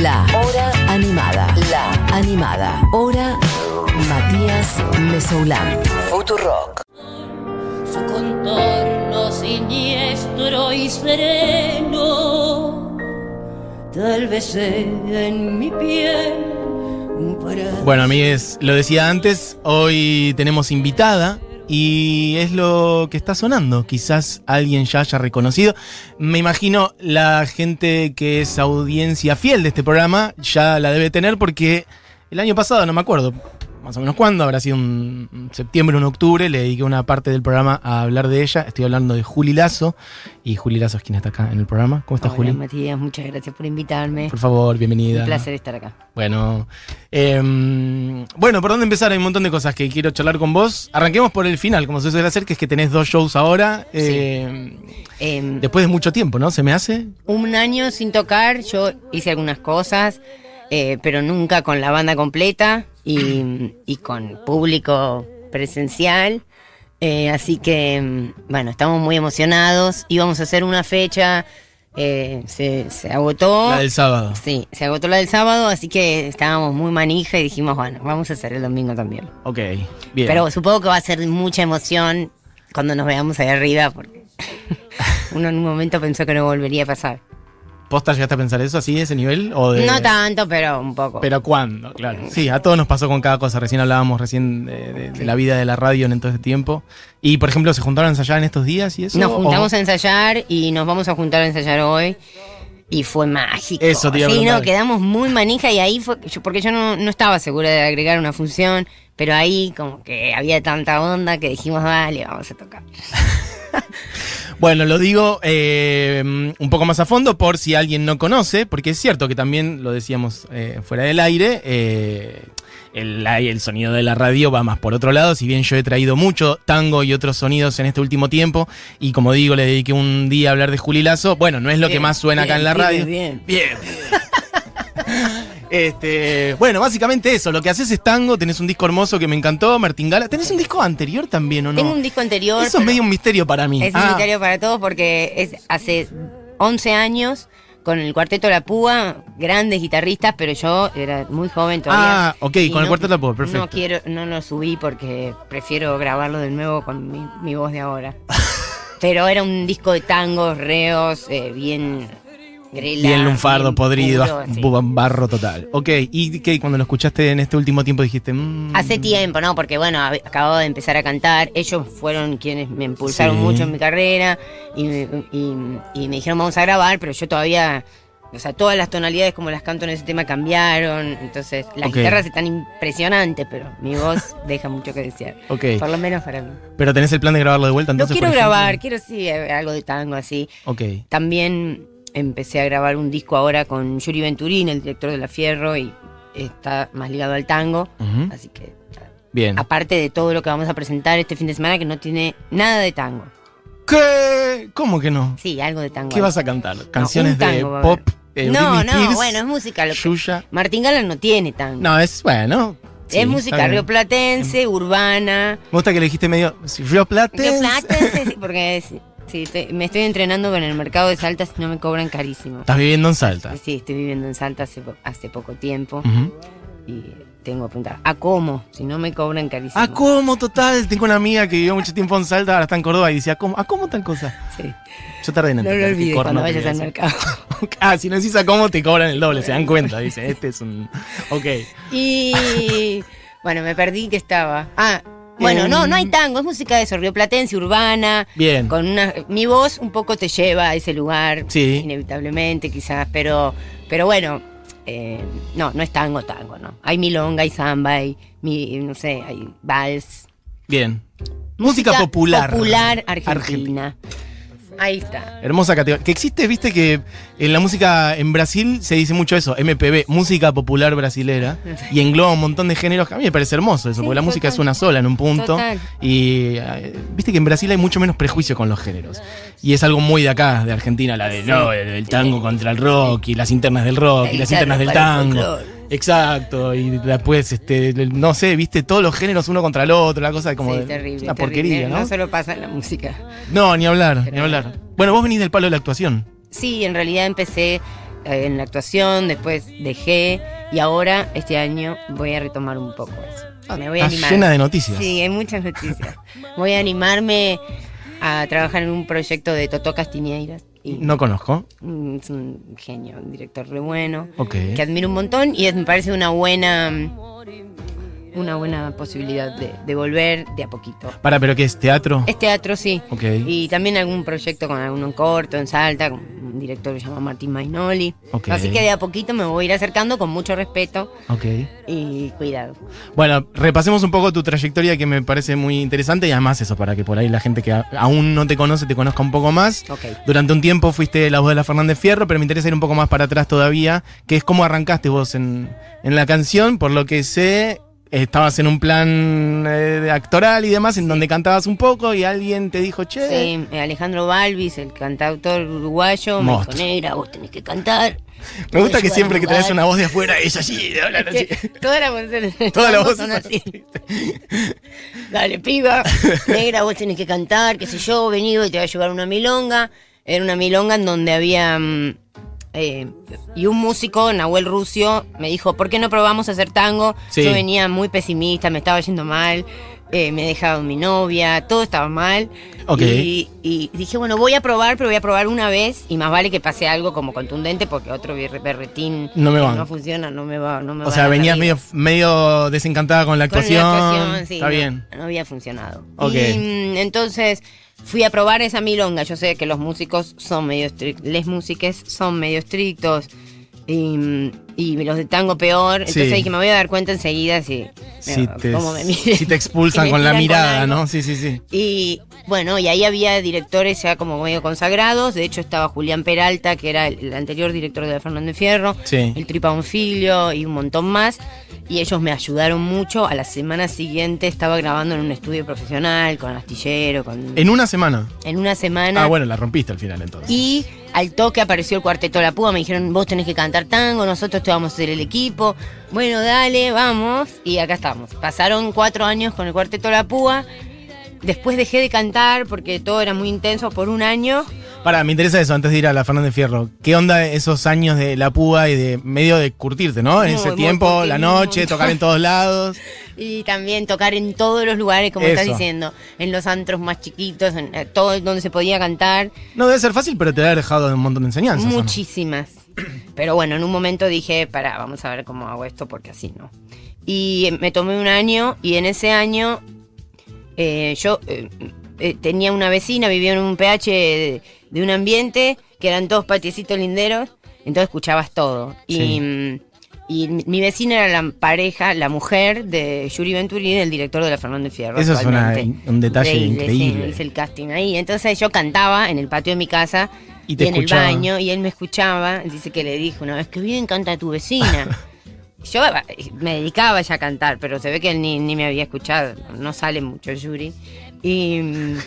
La Hora Animada. La Animada. Hora Matías Mesoulán. Futurock. Su contorno siniestro y sereno. Tal vez en mi piel. un paraíso. Bueno, a mí es, lo decía antes, hoy tenemos invitada y es lo que está sonando. Quizás alguien ya haya reconocido. Me imagino la gente que es audiencia fiel de este programa ya la debe tener porque el año pasado, no me acuerdo más o menos cuándo, habrá sido un septiembre, un octubre, le dediqué una parte del programa a hablar de ella. Estoy hablando de Juli Lazo y Juli Lazo es quien está acá en el programa. ¿Cómo estás, Hola, Juli? Matías, muchas gracias por invitarme. Por favor, bienvenida. Un placer estar acá. Bueno, em, bueno, ¿por dónde empezar? Hay un montón de cosas que quiero charlar con vos. Arranquemos por el final, como se suele hacer, que es que tenés dos shows ahora. em, Em, Después de mucho tiempo, ¿no? ¿Se me hace? un año sin tocar, yo hice algunas cosas, eh, pero nunca con la banda completa y, y con público presencial. Eh, así que, mm, bueno, estamos muy emocionados. Íbamos a hacer una fecha, eh, se, se agotó. La del sábado. Sí, se agotó la del sábado, así que estábamos muy manija y dijimos, bueno, vamos a hacer el domingo también. Ok, bien. Pero supongo que va a ser mucha emoción cuando nos veamos ahí arriba, porque uno en un momento pensó que no volvería a pasar. ¿Posta llegaste a pensar eso así, ese nivel? ¿O de- No tanto, pero un poco. Pero cuándo, claro. Sí, a todos nos pasó con cada cosa. Recién hablábamos recién de, de- de la vida de la radio en todo este tiempo. Y, por ejemplo, ¿se juntaron a ensayar en estos días y eso? nos ¿O- juntamos a ensayar y nos vamos a juntar a ensayar hoy. Y fue mágico. Eso te iba a Sí, no, preguntar. quedamos muy manija y ahí fue. yo- porque yo no, no estaba segura de agregar una función, pero ahí como que había tanta onda que dijimos, vale, vamos a tocar. Bueno, lo digo eh, un poco más a fondo por si alguien no conoce, porque es cierto que también lo decíamos eh, fuera del aire. eh, el, el sonido de la radio va más por otro lado, si bien yo he traído mucho tango y otros sonidos en este último tiempo, y como digo, le dediqué un día a hablar de Juli Lazo, bueno, no es lo que Bien, más suena bien, acá en la pibe, radio. bien. Bien. Este, bueno, básicamente eso, lo que haces es tango, tenés un disco hermoso que me encantó, Martín Gala, tenés un disco anterior también, ¿o no? Tengo un disco anterior. Eso es pero- medio un misterio para mí. Es Ah. un misterio para todos porque es hace 11 años con el Cuarteto La Púa, grandes guitarristas, pero yo era muy joven todavía. Ah, ok, Y con el Cuarteto La Púa, perfecto. No quiero, no lo subí porque prefiero grabarlo de nuevo con mi, mi voz de ahora. pero era un disco de tangos, reos, eh, bien grela. Bien lunfardo, bien podrido, puro, sí. bu- barro total. Ok, ¿y qué? Cuando lo escuchaste en este último tiempo dijiste... mm, Hace tiempo, ¿no? Porque bueno, hab- acababa de empezar a cantar. Ellos fueron quienes me impulsaron Sí. mucho en mi carrera y, me- y- y me dijeron vamos a grabar, pero yo todavía, o sea, todas las tonalidades como las canto en ese tema cambiaron. Entonces, las Ok. guitarras están impresionantes, pero mi voz deja mucho que desear. Ok, Por lo menos para mí. pero tenés el plan de grabarlo de vuelta No entonces... quiero por ejemplo? grabar, quiero sí eh, algo de tango así. Ok, También empecé a grabar un disco ahora con Yuri Venturín, el director de La Fierro, y está más ligado al tango. Ujú. Así que bien. aparte de todo lo que vamos a presentar este fin de semana que no tiene nada de tango. ¿Qué? ¿Cómo que no? Sí, algo de tango. ¿Qué vas a cantar? ¿Canciones un tango va a de haber. pop? eh, No, Britney no, Spears, bueno, es música lo que- Yuya. Martín Gala no tiene tango. No, es bueno. sí, es está música bien. Em. rioplatense, urbana. Me gusta que le dijiste medio... sí, Rioplatense. Rioplatense, sí, porque es- sí, estoy- me estoy entrenando con el mercado de Salta si no me cobran carísimo. Estás viviendo en Salta. Mm. Sí, estoy viviendo en Salta hace, po- hace poco tiempo Ujú. y tengo que preguntar, ¿a cómo? Si no me cobran carísimo. Ah, ¿cómo? Total. Tengo una amiga que vivió mucho tiempo en Salta, ahora está en Córdoba y decía, ¿cómo? ¿A cómo tal cosa? Sí. Yo tardé en No lo entender qué olvides corno cuando quería vayas al decir. mercado. Ah, si no decís a cómo te cobran el doble, se dan cuenta, dicen, este es un... Ok. Y bueno, me perdí que estaba. Ah, bueno, Em. no, no hay tango, es música de eso, rioplatense, urbana. Bien. Con una, mi voz un poco te lleva a ese lugar, Sí. inevitablemente quizás, pero, pero bueno, eh, no, no es tango, tango, ¿no? Hay milonga, hay samba, hay, mi, no sé, hay vals. Bien. Música, Música popular. Popular argentina. Ahí está. Hermosa categoría. Que existe, viste que en la música en Brasil se dice mucho eso, MPB, música popular brasilera, y engloba un montón de géneros que a mí me parece hermoso Sí, eso, porque la música total. es una sola en un punto. Total. Y eh, viste que en Brasil hay mucho menos prejuicio con los géneros. Y es algo muy de acá, de Argentina, la de no, el, el tango contra el rock, y las internas del rock, La y las guitarra internas del para el tango. folclore. Exacto, y después, este, no sé, viste todos los géneros uno contra el otro, la cosa como Sí, de- terrible. una terrible. porquería, ¿no? No solo pasa en la música. No, ni hablar, ni Pero- hablar. Bueno, vos venís del palo de la actuación. Sí, en realidad empecé eh, en la actuación, después dejé y ahora este año voy a retomar un poco eso. Me voy a Está animar. llena de noticias. Sí, hay muchas noticias. Voy a animarme a trabajar en un proyecto de Totó Castiñeiras. Y No conozco. mm, Es un genio, un director re bueno, Ok. que admiro un montón y es- me parece una buena mm, una buena posibilidad de, de volver de a poquito. Para, pero ¿qué es? ¿Teatro? Es teatro, sí. Ok. Y también algún proyecto con algún corto en Salta, con un director que se llama Martín Mainoli. Ok. Así que de a poquito me voy a ir acercando con mucho respeto Ok. y cuidado. Bueno, repasemos un poco tu trayectoria que me parece muy interesante y además eso, para que por ahí la gente que a- aún no te conoce te conozca un poco más. Ok. Durante un tiempo fuiste la voz de la Fernández Fierro, pero me interesa ir un poco más para atrás todavía, que es cómo arrancaste vos en, en la canción. Por lo que sé, estabas en un plan eh, actoral y demás, en donde cantabas un poco y alguien te dijo, che, Sí, eh, Alejandro Balvis, el cantautor uruguayo, me dijo, Monstruo. negra, vos tenés que cantar. me gusta Te que ayuda a siempre que traes lugar". una voz de afuera es así, de hablar así. Que Toda la voz Toda la voz son es así. Dale, piba. Negra, vos tenés que cantar, qué sé yo, venido y te va a llevar una milonga. Era una milonga en donde había. mm, eh, y un músico, Nahuel Rusio, me dijo: ¿Por qué no probamos a hacer tango? Sí. Yo venía muy pesimista, me estaba yendo mal, eh, me he dejado mi novia, todo estaba mal. Ok. Y, y dije: Bueno, voy a probar, pero voy a probar una vez y más vale que pase algo como contundente porque otro berre- berretín No me que van. no funciona, no me va. No me O va a sea, dar la venías vida. medio, medio desencantada con la Con la actuación. actuación, sí, Está no, bien. No había funcionado. Ok. Y mm, entonces fui a probar esa milonga. Yo sé que los músicos son medio estrictos. Les músiques son medio estrictos. Y, mm, y los de tango peor. Entonces Sí. dije, me voy a dar cuenta enseguida si, eh, Si te, cómo me miren. si te Si expulsan me con la tiran mirada, algo. ¿no? Sí, sí, sí. Y bueno, y ahí había directores ya como medio consagrados. De hecho, estaba Julián Peralta, que era el, el anterior director de Fernández Fierro, Sí. el Tripa Filio y un montón más. Y ellos me ayudaron mucho. A la semana siguiente estaba grabando en un estudio profesional, con astillero, con, en, En una semana. una semana. Ah, bueno, la rompiste al final entonces. Y al toque apareció el cuarteto La Púa, me dijeron, vos tenés que cantar tango, nosotros te vamos a hacer el equipo. Bueno, dale, vamos. Y acá estamos. Pasaron cuatro años con el cuarteto La Púa. Después dejé de cantar porque todo era muy intenso por un año. Para, me interesa eso, antes de ir a la Fernández Fierro. ¿Qué onda esos años de la púa y de medio de curtirte, ¿no? En Muy, ese muy tiempo, la curtido, noche, un tocar en todos lados. Y también tocar en todos los lugares, como estás Eso. diciendo. En los antros más chiquitos, en eh, todo donde se podía cantar. No debe ser fácil, pero te debe haber dejado un montón de enseñanzas. ¿o no? Muchísimas. Pero bueno, en un momento dije, para, vamos a ver cómo hago esto porque así no. Y eh, me tomé un año y en ese año eh, yo eh, eh, tenía una vecina, vivía en un PH de, de un ambiente que eran todos patiecitos linderos, entonces escuchabas todo. Sí. Y, mm, y mi- mi vecina era la pareja, la mujer de Yuri Venturini, el director de la Fernández Fierro. Eso es una- actualmente. un detalle sí, increíble. hice el casting ahí. Entonces yo cantaba en el patio de mi casa Y te en el escuchaba. baño y él me escuchaba. Dice que le dijo una vez que bien canta tu vecina. Yo eh, me dedicaba ya a cantar, pero se ve que él ni, ni me había escuchado. No sale mucho Yuri. Y, mm,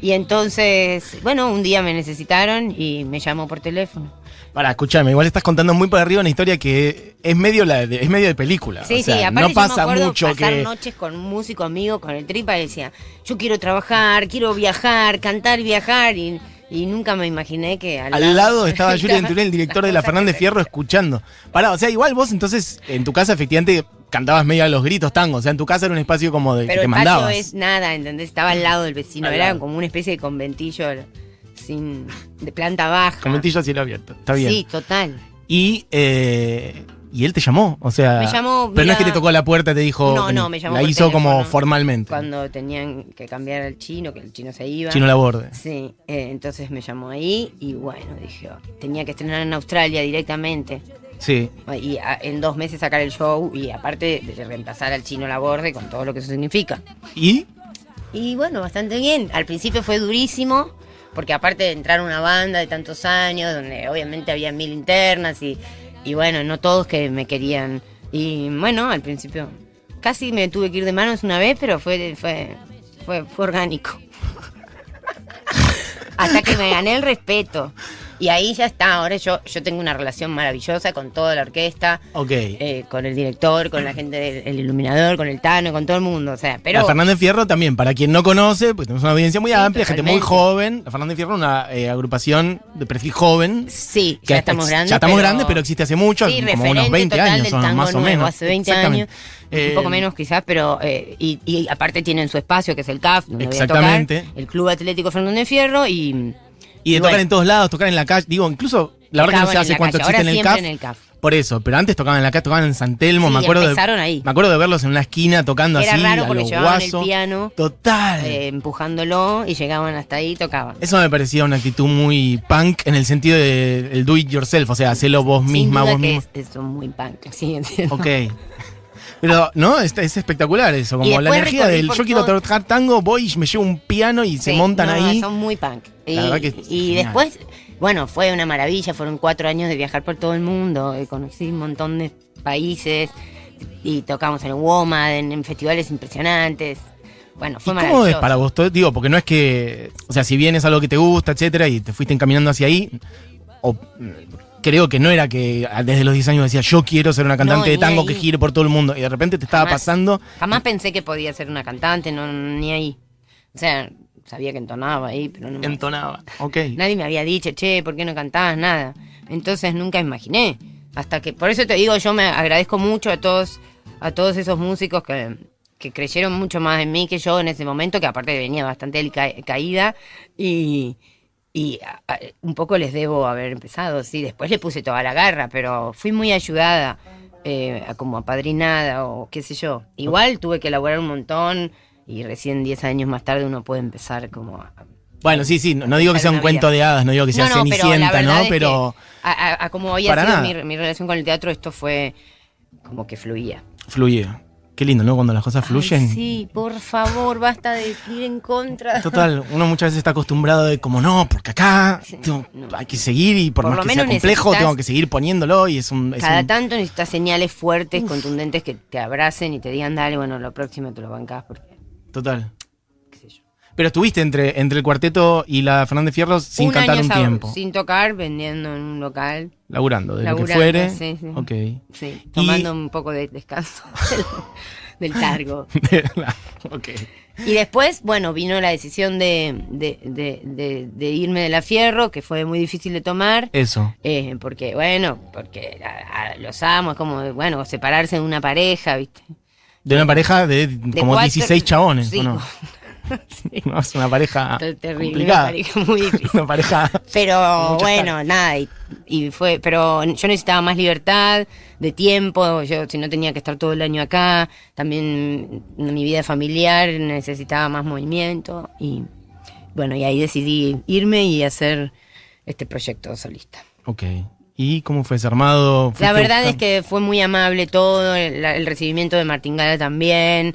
y entonces, bueno, un día me necesitaron y me llamó por teléfono. Para, escúchame, igual estás contando muy por arriba una historia que es medio, la de, es medio de película. Sí, o sea, sí, aparte no yo pasa me acuerdo mucho pasar que. noches con un músico amigo, con el tripa, y decía, yo quiero trabajar, quiero viajar, cantar, viajar, y, y nunca me imaginé que al, Al lado estaba Yuri Julián Venturel, el director de la Fernández Fierro, escuchando. Pará, o sea, igual vos entonces en tu casa efectivamente cantabas medio a los gritos tango. O sea, en tu casa era un espacio como de que Pero te el patio mandabas. es nada, ¿entendés? Estaba al lado del vecino, Al era lado. como una especie de conventillo sin, de planta baja. Comentillo a cielo abierto. Está bien. Sí, total. Y, eh, y él te llamó. O sea. Me llamó Pero no es vía- que te tocó la puerta y te dijo. No, no, vení. me llamó La por hizo como teléfono. formalmente. Cuando tenían que cambiar al chino, que el chino se iba. Chino la borde. Sí, eh, entonces me llamó ahí y bueno, dije, oh, tenía que estrenar en Australia directamente Sí. y a- en dos meses sacar el show y aparte de reemplazar al chino Laborde con todo lo que eso significa. Y. Y bueno, bastante bien. Al principio fue durísimo, porque aparte de entrar a una banda de tantos años, donde obviamente había mil internas y, y bueno, no todos que me querían. Y bueno, al principio casi me tuve que ir de manos una vez, pero fue, fue, fue, fue orgánico. Hasta que me gané el respeto. Y ahí ya está, ahora yo, yo tengo una relación maravillosa con toda la orquesta, Ok. eh, con el director, con la gente del el iluminador, con el Tano, con todo el mundo. O sea, pero la Fernández Fierro también, para quien no conoce, pues tenemos una audiencia muy Sí, amplia, gente muy totalmente. joven. La Fernández Fierro, una eh, agrupación de perfil joven. sí, que ya estamos ex- grandes. Ya estamos grandes, pero existe hace mucho, Sí, como unos referente 20 total años, del son tango más o nuevo, menos. Hace 20 años, Exactamente. un Eh, poco menos quizás, pero. eh, y, y aparte tienen su espacio, que es el CAF, donde voy a tocar, Exactamente. el Club Atlético Fernández Fierro y. Y de y tocar bueno. en todos lados, tocar en la calle. Digo, incluso, la verdad que tocaban no sé en hace la cuánto calle, ahora existe en el siempre CAF. en el CAF. Por eso, pero antes tocaban en la calle, tocaban en San Telmo. Sí, me, acuerdo de, empezaron ahí. me acuerdo de verlos en una esquina tocando Era así, raro a porque lo llevaban el guaso. piano, Total. eh, empujándolo y llegaban hasta ahí y tocaban. Eso me parecía una actitud muy punk en el sentido del do it yourself, o sea, hacelo vos Sin misma, duda vos que mismo. es- son muy punk, sí, entiendo. Ok. Pero, ¿no? Es, es espectacular eso, como la después energía recorrí del por yo quiero todo- tocar tango, voy y me llevo un piano y se Sí, montan no, ahí. Son muy punk. Y, La verdad que es y genial. después, bueno, fue una maravilla. Fueron cuatro años de viajar por todo el mundo. eh, Conocí un montón de países y tocamos en WOMAD, en, en festivales impresionantes. Bueno, ¿Y fue cómo es maravilloso. para vos todo? Digo, porque no es que, o sea, si bien es algo que te gusta, etcétera, y te fuiste encaminando hacia ahí, o mm, creo que no era que ah, desde los 10 años decías, yo quiero ser una cantante No, de ni tango ahí. que gire por todo el mundo, y de repente te estaba Jamás. pasando, Jamás pensé que podía ser una cantante, no, ni ahí. O sea, sabía que entonaba ahí, pero no. entonaba, ok. Nadie me había dicho, che, ¿por qué no cantabas nada? Entonces nunca imaginé. Hasta que, por eso te digo, yo me agradezco mucho a todos, a todos esos músicos que, que creyeron mucho más en mí que yo en ese momento, que aparte venía bastante ali- ca- caída y, y a- a- un poco les debo haber empezado, sí. Después le puse toda la garra, pero fui muy ayudada, eh, a- como apadrinada o qué sé yo. Igual tuve que elaborar un montón y recién 10 años más tarde uno puede empezar como a Bueno, sí, sí, no, no digo que sea un Para una vida. cuento de hadas, no digo que sea la cenicienta, verdad ¿no? es que Pero a, a- a como había Para sido nada. mi, mi relación con el teatro, esto fue como que fluía. fluye. Qué lindo, ¿no? Cuando las cosas fluyen. Ay, sí, por favor, basta de ir en contra. Total, uno muchas veces está acostumbrado de como no, porque acá tengo- no. hay que seguir y por, Por más lo que sea menos complejo necesitas- tengo que seguir poniéndolo y es un... es Cada un- tanto necesitas señales fuertes, contundentes que te abracen y te digan, dale, bueno, lo próximo te lo bancás porque, Total. qué sé yo. Pero estuviste entre, entre el cuarteto y la Fernández Fierro sin Un cantar año un sab- tiempo. Sin tocar, vendiendo en un local, Laburando, de lo que Laburando, fuere. sí, sí. Ok. sí, tomando un poco de descanso del, del cargo. ok. Y después, bueno, vino la decisión de, de- de- de- de irme de la Fierro, que fue muy difícil de tomar, Eso. eh, porque, bueno, porque a- a- los amo, es como, bueno, separarse de una pareja, ¿viste? De una pareja de, De como cuatro- 16 chabones, Sí, ¿o no? sí, No, Es una pareja fue terrible, Ah, complicada. una pareja muy difícil. Una pareja... Pero Muchas bueno, nada, y, y fue, pero yo necesitaba más libertad de tiempo, yo si no tenía que estar todo el año acá, también mi vida familiar necesitaba más movimiento y bueno, y ahí decidí irme y hacer este proyecto solista. Ok. ¿Y cómo fue ese armado? La ¿Fuiste verdad es buscando- que fue muy amable todo, el, la- el recibimiento de Martín Gala también,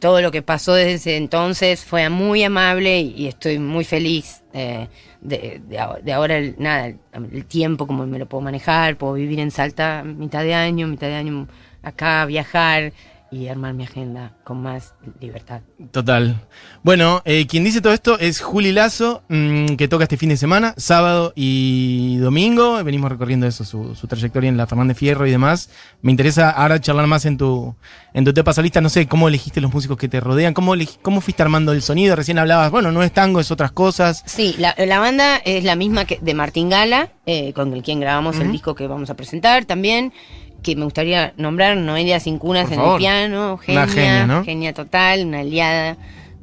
todo lo que pasó desde ese entonces fue muy amable y, y estoy muy feliz eh, de, de a- de ahora, el, nada, el, el tiempo, como me lo puedo manejar, puedo vivir en Salta mitad de año, mitad de año acá, viajar y armar mi agenda con más libertad. Total. Bueno, eh, quien dice todo esto es Juli Lazo, mm, que toca este fin de semana, sábado y domingo. Venimos recorriendo eso, su, su trayectoria en la Fernández Fierro y demás. Me interesa ahora charlar más en tu, en tu etapa solista. No sé, ¿cómo elegiste los músicos que te rodean? ¿Cómo, elegi- ¿Cómo fuiste armando el sonido? Recién hablabas, bueno, no es tango, es otras cosas. Sí, la, la banda es la misma que de Martín Gala, eh, con el quien grabamos el Ujú. disco que vamos a presentar también, que me gustaría nombrar Noelia Sin Cunas Por en favor. el piano, genia, Una genia, ¿no? genia total, una aliada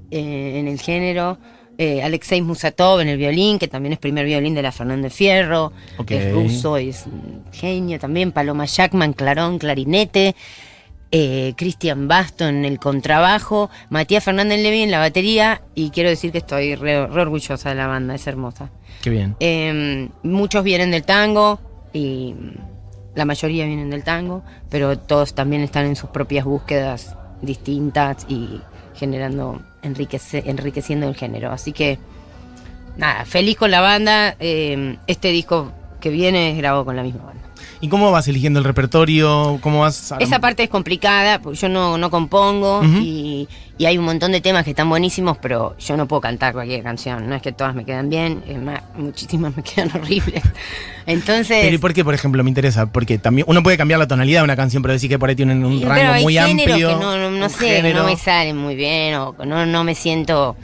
eh, en el género. Eh, Alexei Musatov en el violín, que también es primer violín de la Fernández Fierro, Ok. es ruso, es un genio también, Paloma Jackman, Clarón, clarinete, eh, Cristian Basto en el contrabajo, Matías Fernández Levy en la batería y quiero decir que estoy re, re orgullosa de la banda, es hermosa. Qué bien. Eh, muchos vienen del tango y la mayoría vienen del tango, pero todos también están en sus propias búsquedas distintas y generando, enriquece- enriqueciendo el género. Así que, Em, nada, feliz con la banda. eh, este disco que viene es grabado con la misma banda. ¿Y cómo vas eligiendo el repertorio? ¿Cómo vas a- Esa parte es complicada, porque yo no, no compongo Ujú. y, y hay un montón de temas que están buenísimos, pero yo no puedo cantar cualquier canción. No es que todas me quedan bien, es más, muchísimas me quedan horribles. Entonces. Pero ¿y por qué, por ejemplo, me interesa? Porque también uno puede cambiar la tonalidad de una canción, pero decir que por ahí tienen un Pero rango hay muy géneros amplio. Que no, no, no un sé, que género no me salen muy bien o no, no me siento,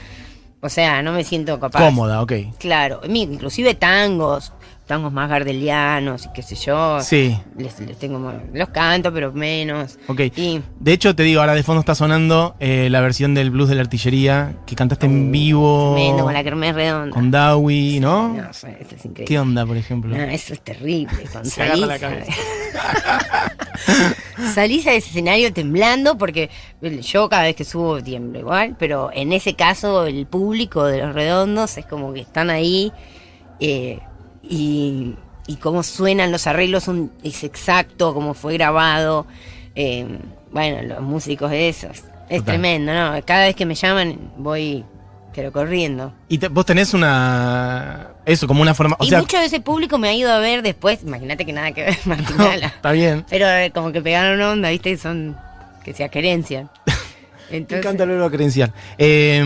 o sea, no me siento capaz. cómoda, ok. Claro, mi- inclusive tangos, tangos más gardelianos y qué sé yo. Sí. Les, les tengo, mo- los canto, pero menos. Ok. Y De hecho, te digo, ahora de fondo está sonando eh, la versión del blues de la artillería que cantaste en vivo Uh, tremendo, con la carne redonda. con Dawi, ¿no? No, eso es increíble. ¿Qué onda, por ejemplo? No, eso es terrible. Con Se agarra la salís- Salís al escenario temblando porque yo cada vez que subo tiemblo igual, pero en ese caso el público de los redondos es como que están ahí eh, y, y cómo suenan los arreglos un- es exacto, cómo fue grabado. eh, bueno, los músicos esos. Es Total. tremendo, ¿no? Cada vez que me llaman voy, pero corriendo. Y te- vos tenés una. Eso, como una forma. O y sea, mucho de ese público me ha ido a ver después, imagínate que nada que ver, Martín no, Ala. está bien. Pero eh, como que pegaron onda, viste, son que se querencia. Me Entonces, encanta lo credencial. Eh,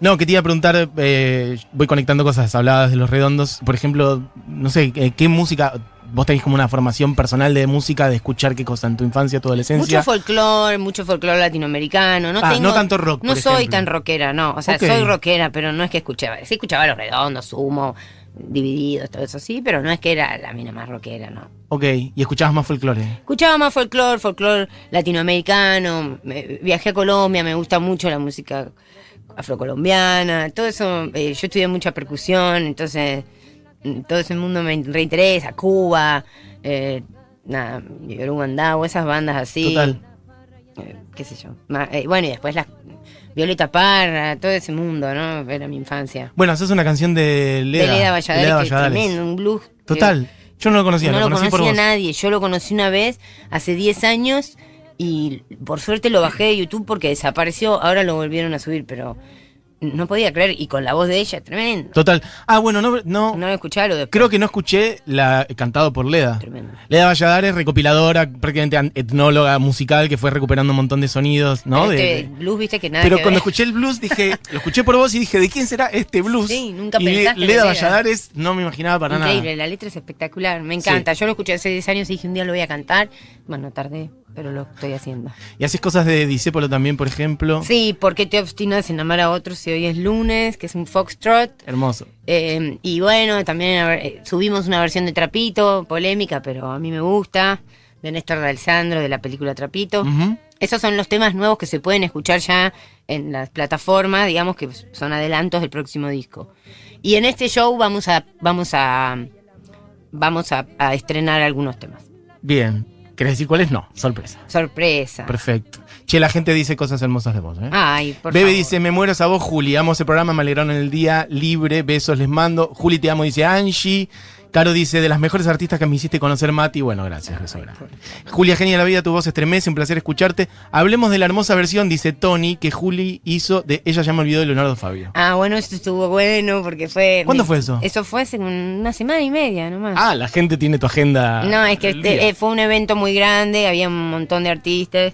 no, que te iba a preguntar, eh, voy conectando cosas habladas de los redondos. Por ejemplo, no sé, eh, ¿qué música? Vos tenés como una formación personal de música, de escuchar qué cosa en tu infancia, tu adolescencia. mucho folclore, mucho folclore latinoamericano. No, Ah, tengo- no tanto rock, No por soy ejemplo. tan rockera, no. O sea, Ok. soy rockera, pero no es que escuchaba. Sí escuchaba Los Redondos, Humo, Divididos, todo eso sí, pero no es que era la mina más rockera, no. ok, y escuchabas más folclore. Escuchaba más folclore, folclore latinoamericano, me- viajé a Colombia, me gusta mucho la música afrocolombiana, todo eso, eh, yo estudié mucha percusión, entonces mm, todo ese mundo me reinteresa, Cuba, eh, nada, Yoruba Andao, esas bandas así, Total. eh, qué sé yo, Ma- eh, bueno y después las Violeta Parra, todo ese mundo, ¿no? Era mi infancia. Bueno, haces una canción de De Leda. Leda de Valladares, Leda que es Valladares. tremendo, un blues. que- Total. Yo no lo conocía, no lo lo conocí por conocía vos. nadie. Yo lo conocí una vez, hace 10 años, y por suerte lo bajé de YouTube porque desapareció. Ahora lo volvieron a subir, pero no podía creer. Y con la voz de ella, tremendo. Total. Ah, bueno, no, no, No lo escucharon después. creo que no escuché la cantado por Leda. Tremendo. Leda Valladares, recopiladora, prácticamente an- etnóloga musical que fue recuperando un montón de sonidos, ¿no? De- Este de- blues, viste que nada. Pero que cuando ver. escuché el blues dije, lo escuché por vos y dije, ¿de quién será este blues? Sí, nunca y de pensaste en Leda Leda. Valladares no me imaginaba para Increíble, la letra es espectacular, me encanta. Yo lo escuché hace 10 años y dije un día lo voy a cantar. Bueno, tardé, pero lo estoy haciendo. nada. Y haces cosas de Disépolo también, por ejemplo. Sí, ¿por qué te obstinas en amar a otros si hoy es lunes, que es un foxtrot? Hermoso. Eh, y bueno, también a ver, eh, subimos una versión de Trapito, polémica, pero a mí me gusta, de Néstor de Alessandro, de la película Trapito. Ujú. Esos son los temas nuevos que se pueden escuchar ya en las plataformas, digamos que son adelantos del próximo disco. Y en este show vamos a, vamos a, vamos a, a estrenar algunos temas. Bien. ¿Querés decir cuáles? No, sorpresa. Sorpresa. Perfecto. Che, la gente dice cosas hermosas de vos, ¿eh? Ay, Ah, por Bebe favor. dice, me muero a vos, Juli. Amo ese programa, me alegraron el día. Libre, besos les mando. Juli, te amo, dice Angie. Caro dice, de las mejores artistas que me hiciste conocer, Mati. Bueno, gracias, beso grande. Julia, genia de la vida, tu voz estremece, un placer escucharte. Hablemos de la hermosa versión, dice Tony, que Juli hizo de Ella ya me olvidó de Leonardo Fabio. Ah, bueno, eso estuvo bueno porque fue... ¿Cuándo fue eso? Eso fue hace una semana y media nomás. Ah, la gente tiene tu agenda. No, es que del este, Ah, día. eh, fue un evento muy grande, había un montón de artistas.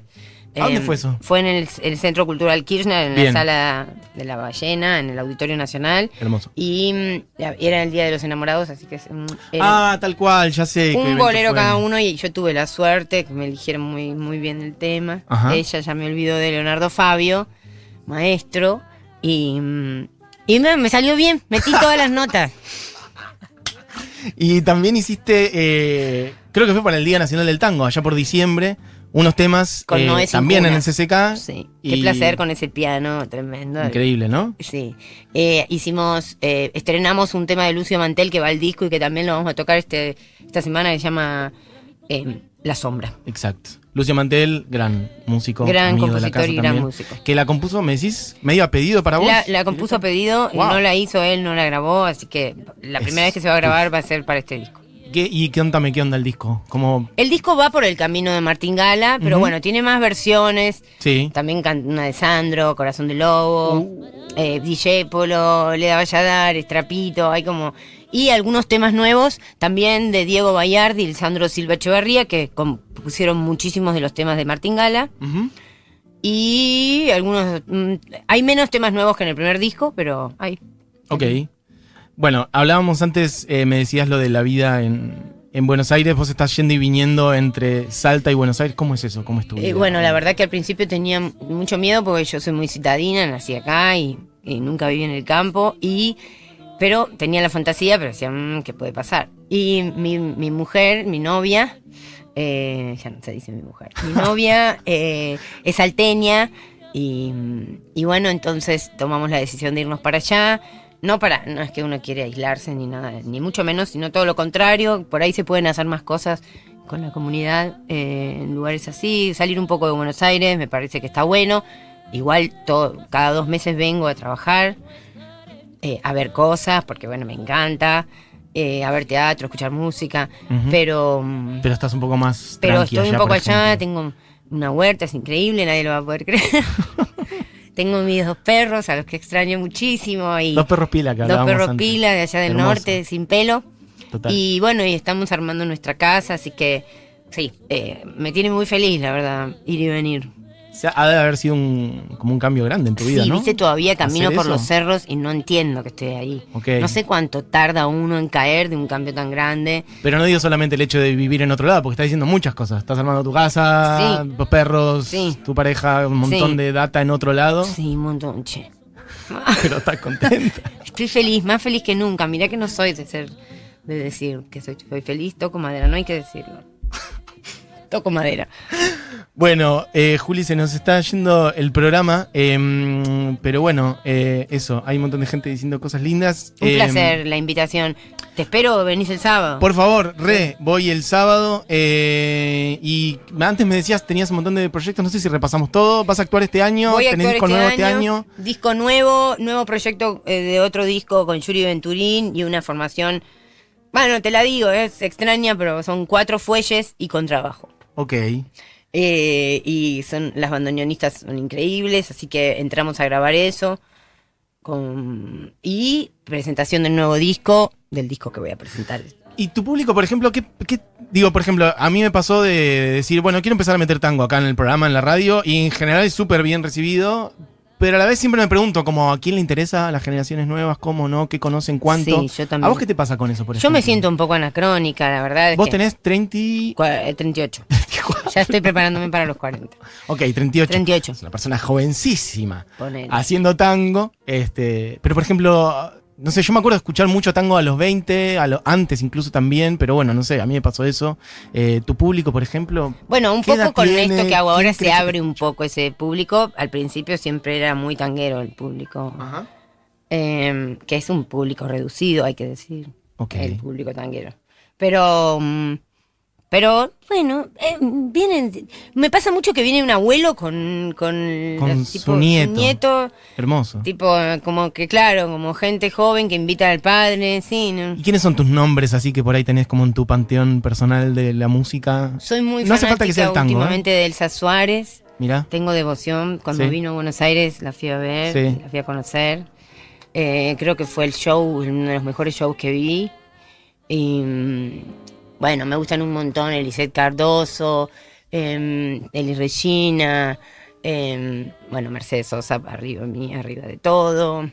Em, ¿A dónde fue eso? Fue en el, el Centro Cultural Kirchner, en Bien. la sala de la ballena, en el Auditorio Nacional. Hermoso. Y mm, la- era el Día de los Enamorados, así que es un, era Ah, tal cual, ya sé. qué Eh, un evento bolero fue. cada uno y yo tuve la suerte que me eligieron muy, muy bien el tema. Ajá. Ella ya me olvidó de Leonardo Fabio, maestro, y, mm, y me, me salió bien, metí todas las notas. Y también hiciste, eh, creo que fue para el Día Nacional del Tango, allá por diciembre, unos temas Con eh, Noé Sin también en Cuna. el CCK. Sí, qué y- placer con ese piano tremendo. Increíble, ¿no? Sí, Eh, hicimos, eh, estrenamos un tema de Lucio Mantel que va al disco y que también lo vamos a tocar este, esta semana que se llama eh, La Sombra. Exacto. Lucio Mantel, gran músico. Gran amigo de la compositor casa y gran también, músico. Que la compuso, me decís, medio a pedido para vos. La, la compuso a pedido, Wow. no la hizo él, no la grabó, así que la Es- primera vez que se va a grabar va a ser para este disco. ¿Qué- y contame qué onda el disco. Como, El disco va por el camino de Martín Gala, pero Ujú. bueno, tiene más versiones. sí. También can- una de Sandro, Corazón de Lobo, eh, Discépolo, Leda Valladares, Trapito, hay como... y algunos temas nuevos también de Diego Bayardi y Sandro Silva Echeverría, que compusieron muchísimos de los temas de Martín Gala. Ujú. Y algunos. mm, hay menos temas nuevos que en el primer disco, pero hay. Ok. Bueno, hablábamos antes, eh, me decías lo de la vida en, en Buenos Aires. Vos estás yendo y viniendo entre Salta y Buenos Aires. ¿Cómo es eso? ¿Cómo es tu Eh, vida? bueno, la verdad que al principio tenía m- mucho miedo porque yo soy muy citadina, nací acá y, y nunca viví en el campo. Y, pero tenía la fantasía, pero decía, "Mm, ¿qué puede pasar? Y mi, mi mujer, mi novia, eh, ya no se dice mi mujer, mi novia eh, es salteña. Y, y bueno, entonces tomamos la decisión de irnos para allá. No para, no es que uno quiere aislarse ni nada, ni mucho menos, sino todo lo contrario. Por ahí se pueden hacer más cosas con la comunidad eh, en lugares así. Salir un poco de Buenos Aires me parece que está bueno. Igual todo, cada dos meses vengo a trabajar, eh, a ver cosas, porque bueno, me encanta. eh, a ver teatro, escuchar música. Ujú. Pero mm, Pero estás un poco más. pero tranqui estoy un allá, poco por allá, ejemplo. tengo una huerta, es increíble, nadie lo va a poder creer. tengo mis dos perros, a los que extraño muchísimo, y Dos dos, perros pila que hablábamos perros antes. pila de allá del Hermoso. norte, sin pelo. Total. Y bueno, y estamos armando nuestra casa, así que sí, eh, me tiene muy feliz, la verdad, ir y venir. O sea, ha de haber sido un, como un cambio grande en tu vida, sí, ¿no? viste, todavía camino ¿Hacer por eso? los cerros y no entiendo que estoy ahí. Ok. No sé cuánto tarda uno en caer de un cambio tan grande. Pero no digo solamente el hecho de vivir en otro lado, porque estás diciendo muchas cosas. Estás armando tu casa, Sí. los perros, Sí. tu pareja, un montón Sí. de data en otro lado, Sí, un montón, che. pero estás contenta. Estoy feliz, más feliz que nunca. Mirá que no soy de ser, de decir que soy, soy feliz, toco madera, no hay que decirlo. Toco madera. Bueno, eh, Juli, se nos está yendo el programa, em, pero bueno, eh, eso, hay un montón de gente diciendo cosas lindas. Un Em, placer la invitación. Te espero, venís el sábado. Por favor, re, voy el sábado eh, y antes me decías, tenías un montón de proyectos, no sé si repasamos todo, vas a actuar este año, Voy a tenés actuar disco este nuevo año, este año. Disco nuevo, nuevo proyecto eh, de otro disco con Yuri Venturín y una formación. Bueno, te la digo, es extraña, pero son cuatro fuelles y contrabajo. Ok, Eh, y son las bandoneonistas son increíbles, así que entramos a grabar eso. Con, y presentación del nuevo disco, del disco que voy a presentar. ¿Y tu público, por ejemplo, qué, qué- digo, por ejemplo, a mí me pasó de decir, bueno, quiero empezar a meter tango acá en el programa, en la radio, y en general es súper bien recibido, pero a la vez siempre me pregunto, como, ¿a quién le interesa? ¿A las generaciones nuevas? ¿Cómo no? ¿Qué conocen? ¿Cuánto? Sí, yo también. ¿A vos qué te pasa con eso, por Yo ejemplo? me siento un poco anacrónica, la verdad. es Vos que- tenés 30... y- cua- eh, 38. ya estoy preparándome para los 40. Ok, 38. 38. Es una persona jovencísima. Ponele. Haciendo tango. Este, pero por ejemplo, no sé, yo me acuerdo de escuchar mucho tango a los 20, a lo, antes incluso también, pero bueno, no sé, a mí me pasó eso. Eh, tu público, por ejemplo. Bueno, un ¿Qué edad poco con tiene? esto que hago ¿Quién ahora se crees que- abre un poco ese público. Al principio siempre era muy tanguero el público. Ajá. eh, que es un público reducido, hay que decir. Ok. El público tanguero. Pero, mm, pero bueno, eh, vienen. Me pasa mucho que viene un abuelo con, con, Con eh, su nieto. nieto, Hermoso. tipo, eh, como que claro, como gente joven que invita al padre, sí, ¿no? ¿Y quiénes son tus nombres así que por ahí tenés como en tu panteón personal de la música? Soy muy No hace falta que sea el fanática tango, ¿eh? últimamente de Elsa Suárez. Mirá. Tengo devoción. Cuando Sí. vino a Buenos Aires la fui a ver, Sí. la fui a conocer. Eh, creo que fue el show, uno de los mejores shows que vi. Y mm, bueno, me gustan un montón Elisette Cardoso, eh, Elis Regina, eh, bueno, Mercedes Sosa, arriba mí, arriba de todo.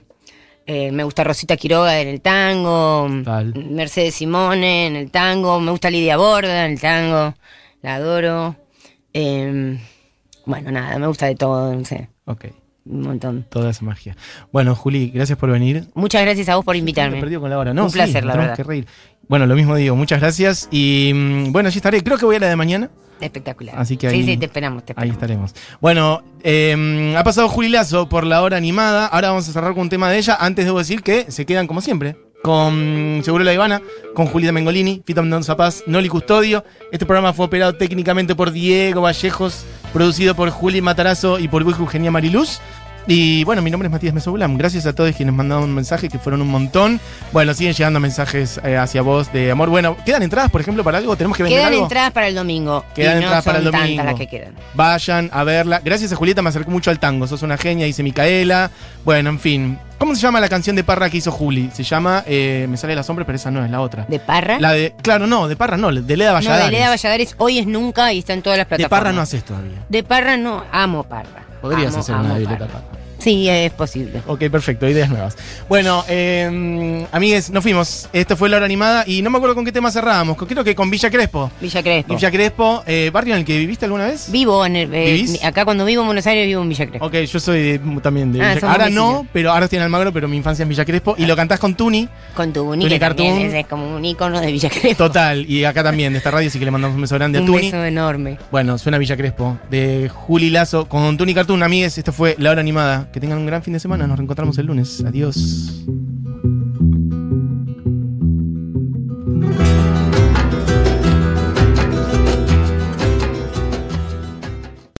Eh, me gusta Rosita Quiroga en el tango, Tal. Mercedes Simone en el tango, me gusta Lidia Borda en el tango, la adoro. Eh, bueno, nada, me gusta de todo, no sé, Ok. un montón. Toda esa magia. Bueno, Juli, gracias por venir. Muchas gracias a vos por Me he invitarme. perdido con la hora, ¿no? Un sí, placer, la tenemos verdad. que reír. Bueno, lo mismo digo, muchas gracias. Y mm, bueno, allí estaré. Creo que voy a la de mañana. Espectacular. Así que ahí- sí, sí, te esperamos, te Ahí esperamos. estaremos. Bueno, eh, ha pasado Juli Lazo por la hora animada. Ahora vamos a cerrar con un tema de ella. Antes debo decir que se quedan como siempre. Con Seguro La Ivana, con Julieta Mengolini, Fito Mendonza Paz, Noli Custodio. Este programa fue operado técnicamente por Diego Vallejos, producido por Juli Matarazo y por Luis Eugenia Mariluz. Y bueno, mi nombre es Matías Mesobulam. Gracias a todos quienes mandaron un mensaje, que fueron un montón. Bueno, siguen llegando mensajes eh, hacia vos de amor. Bueno, ¿quedan entradas, por ejemplo, para algo? ¿Tenemos que vender Quedan algo? entradas para el domingo. Quedan y no entradas para son el domingo. tantas las que quedan. Vayan a verla. Gracias a Julieta me acercó mucho al tango. Sos una genia, dice Micaela. Bueno, en fin. ¿Cómo se llama la canción de Parra que hizo Juli? Se llama eh, Me sale la sombra, pero esa no es la otra. ¿De Parra? La de. Claro, no, de Parra no, de Leda no, Valladares. de Leda Valladares hoy es nunca y está en todas las De plataformas. Parra no haces todavía. De Parra no, amo Parra. Podrías Amo, hacer una amo violeta Parra. Parra. Sí, es posible. Ok, perfecto, ideas nuevas. Bueno, eh, amigues, nos fuimos. Esto fue La Hora Animada y no me acuerdo con qué tema cerrábamos. con- Creo que con Villa Crespo. Villa Crespo. Villa Crespo, eh, barrio en el que viviste alguna vez. Vivo en el, eh, ¿Vivís? acá cuando vivo en Buenos Aires vivo en Villa Crespo. Ok, yo soy de- también de Ah, Villa somos Ahora no, vecinos. pero ahora estoy en Almagro, pero mi infancia en Villa Crespo. Y lo cantás con Tuni, Con tu Tony única también, Cartoon. ese es como un icono de Villa Crespo. total. Y acá también, de esta radio, así que le mandamos un beso grande a un Tuni. beso enorme. Bueno, suena Villa Crespo, de Juli Lazo, con Tuni Cartoon. Amigues, esto fue La Hora Animada. Que tengan un gran fin de semana, nos reencontramos el lunes. Adiós.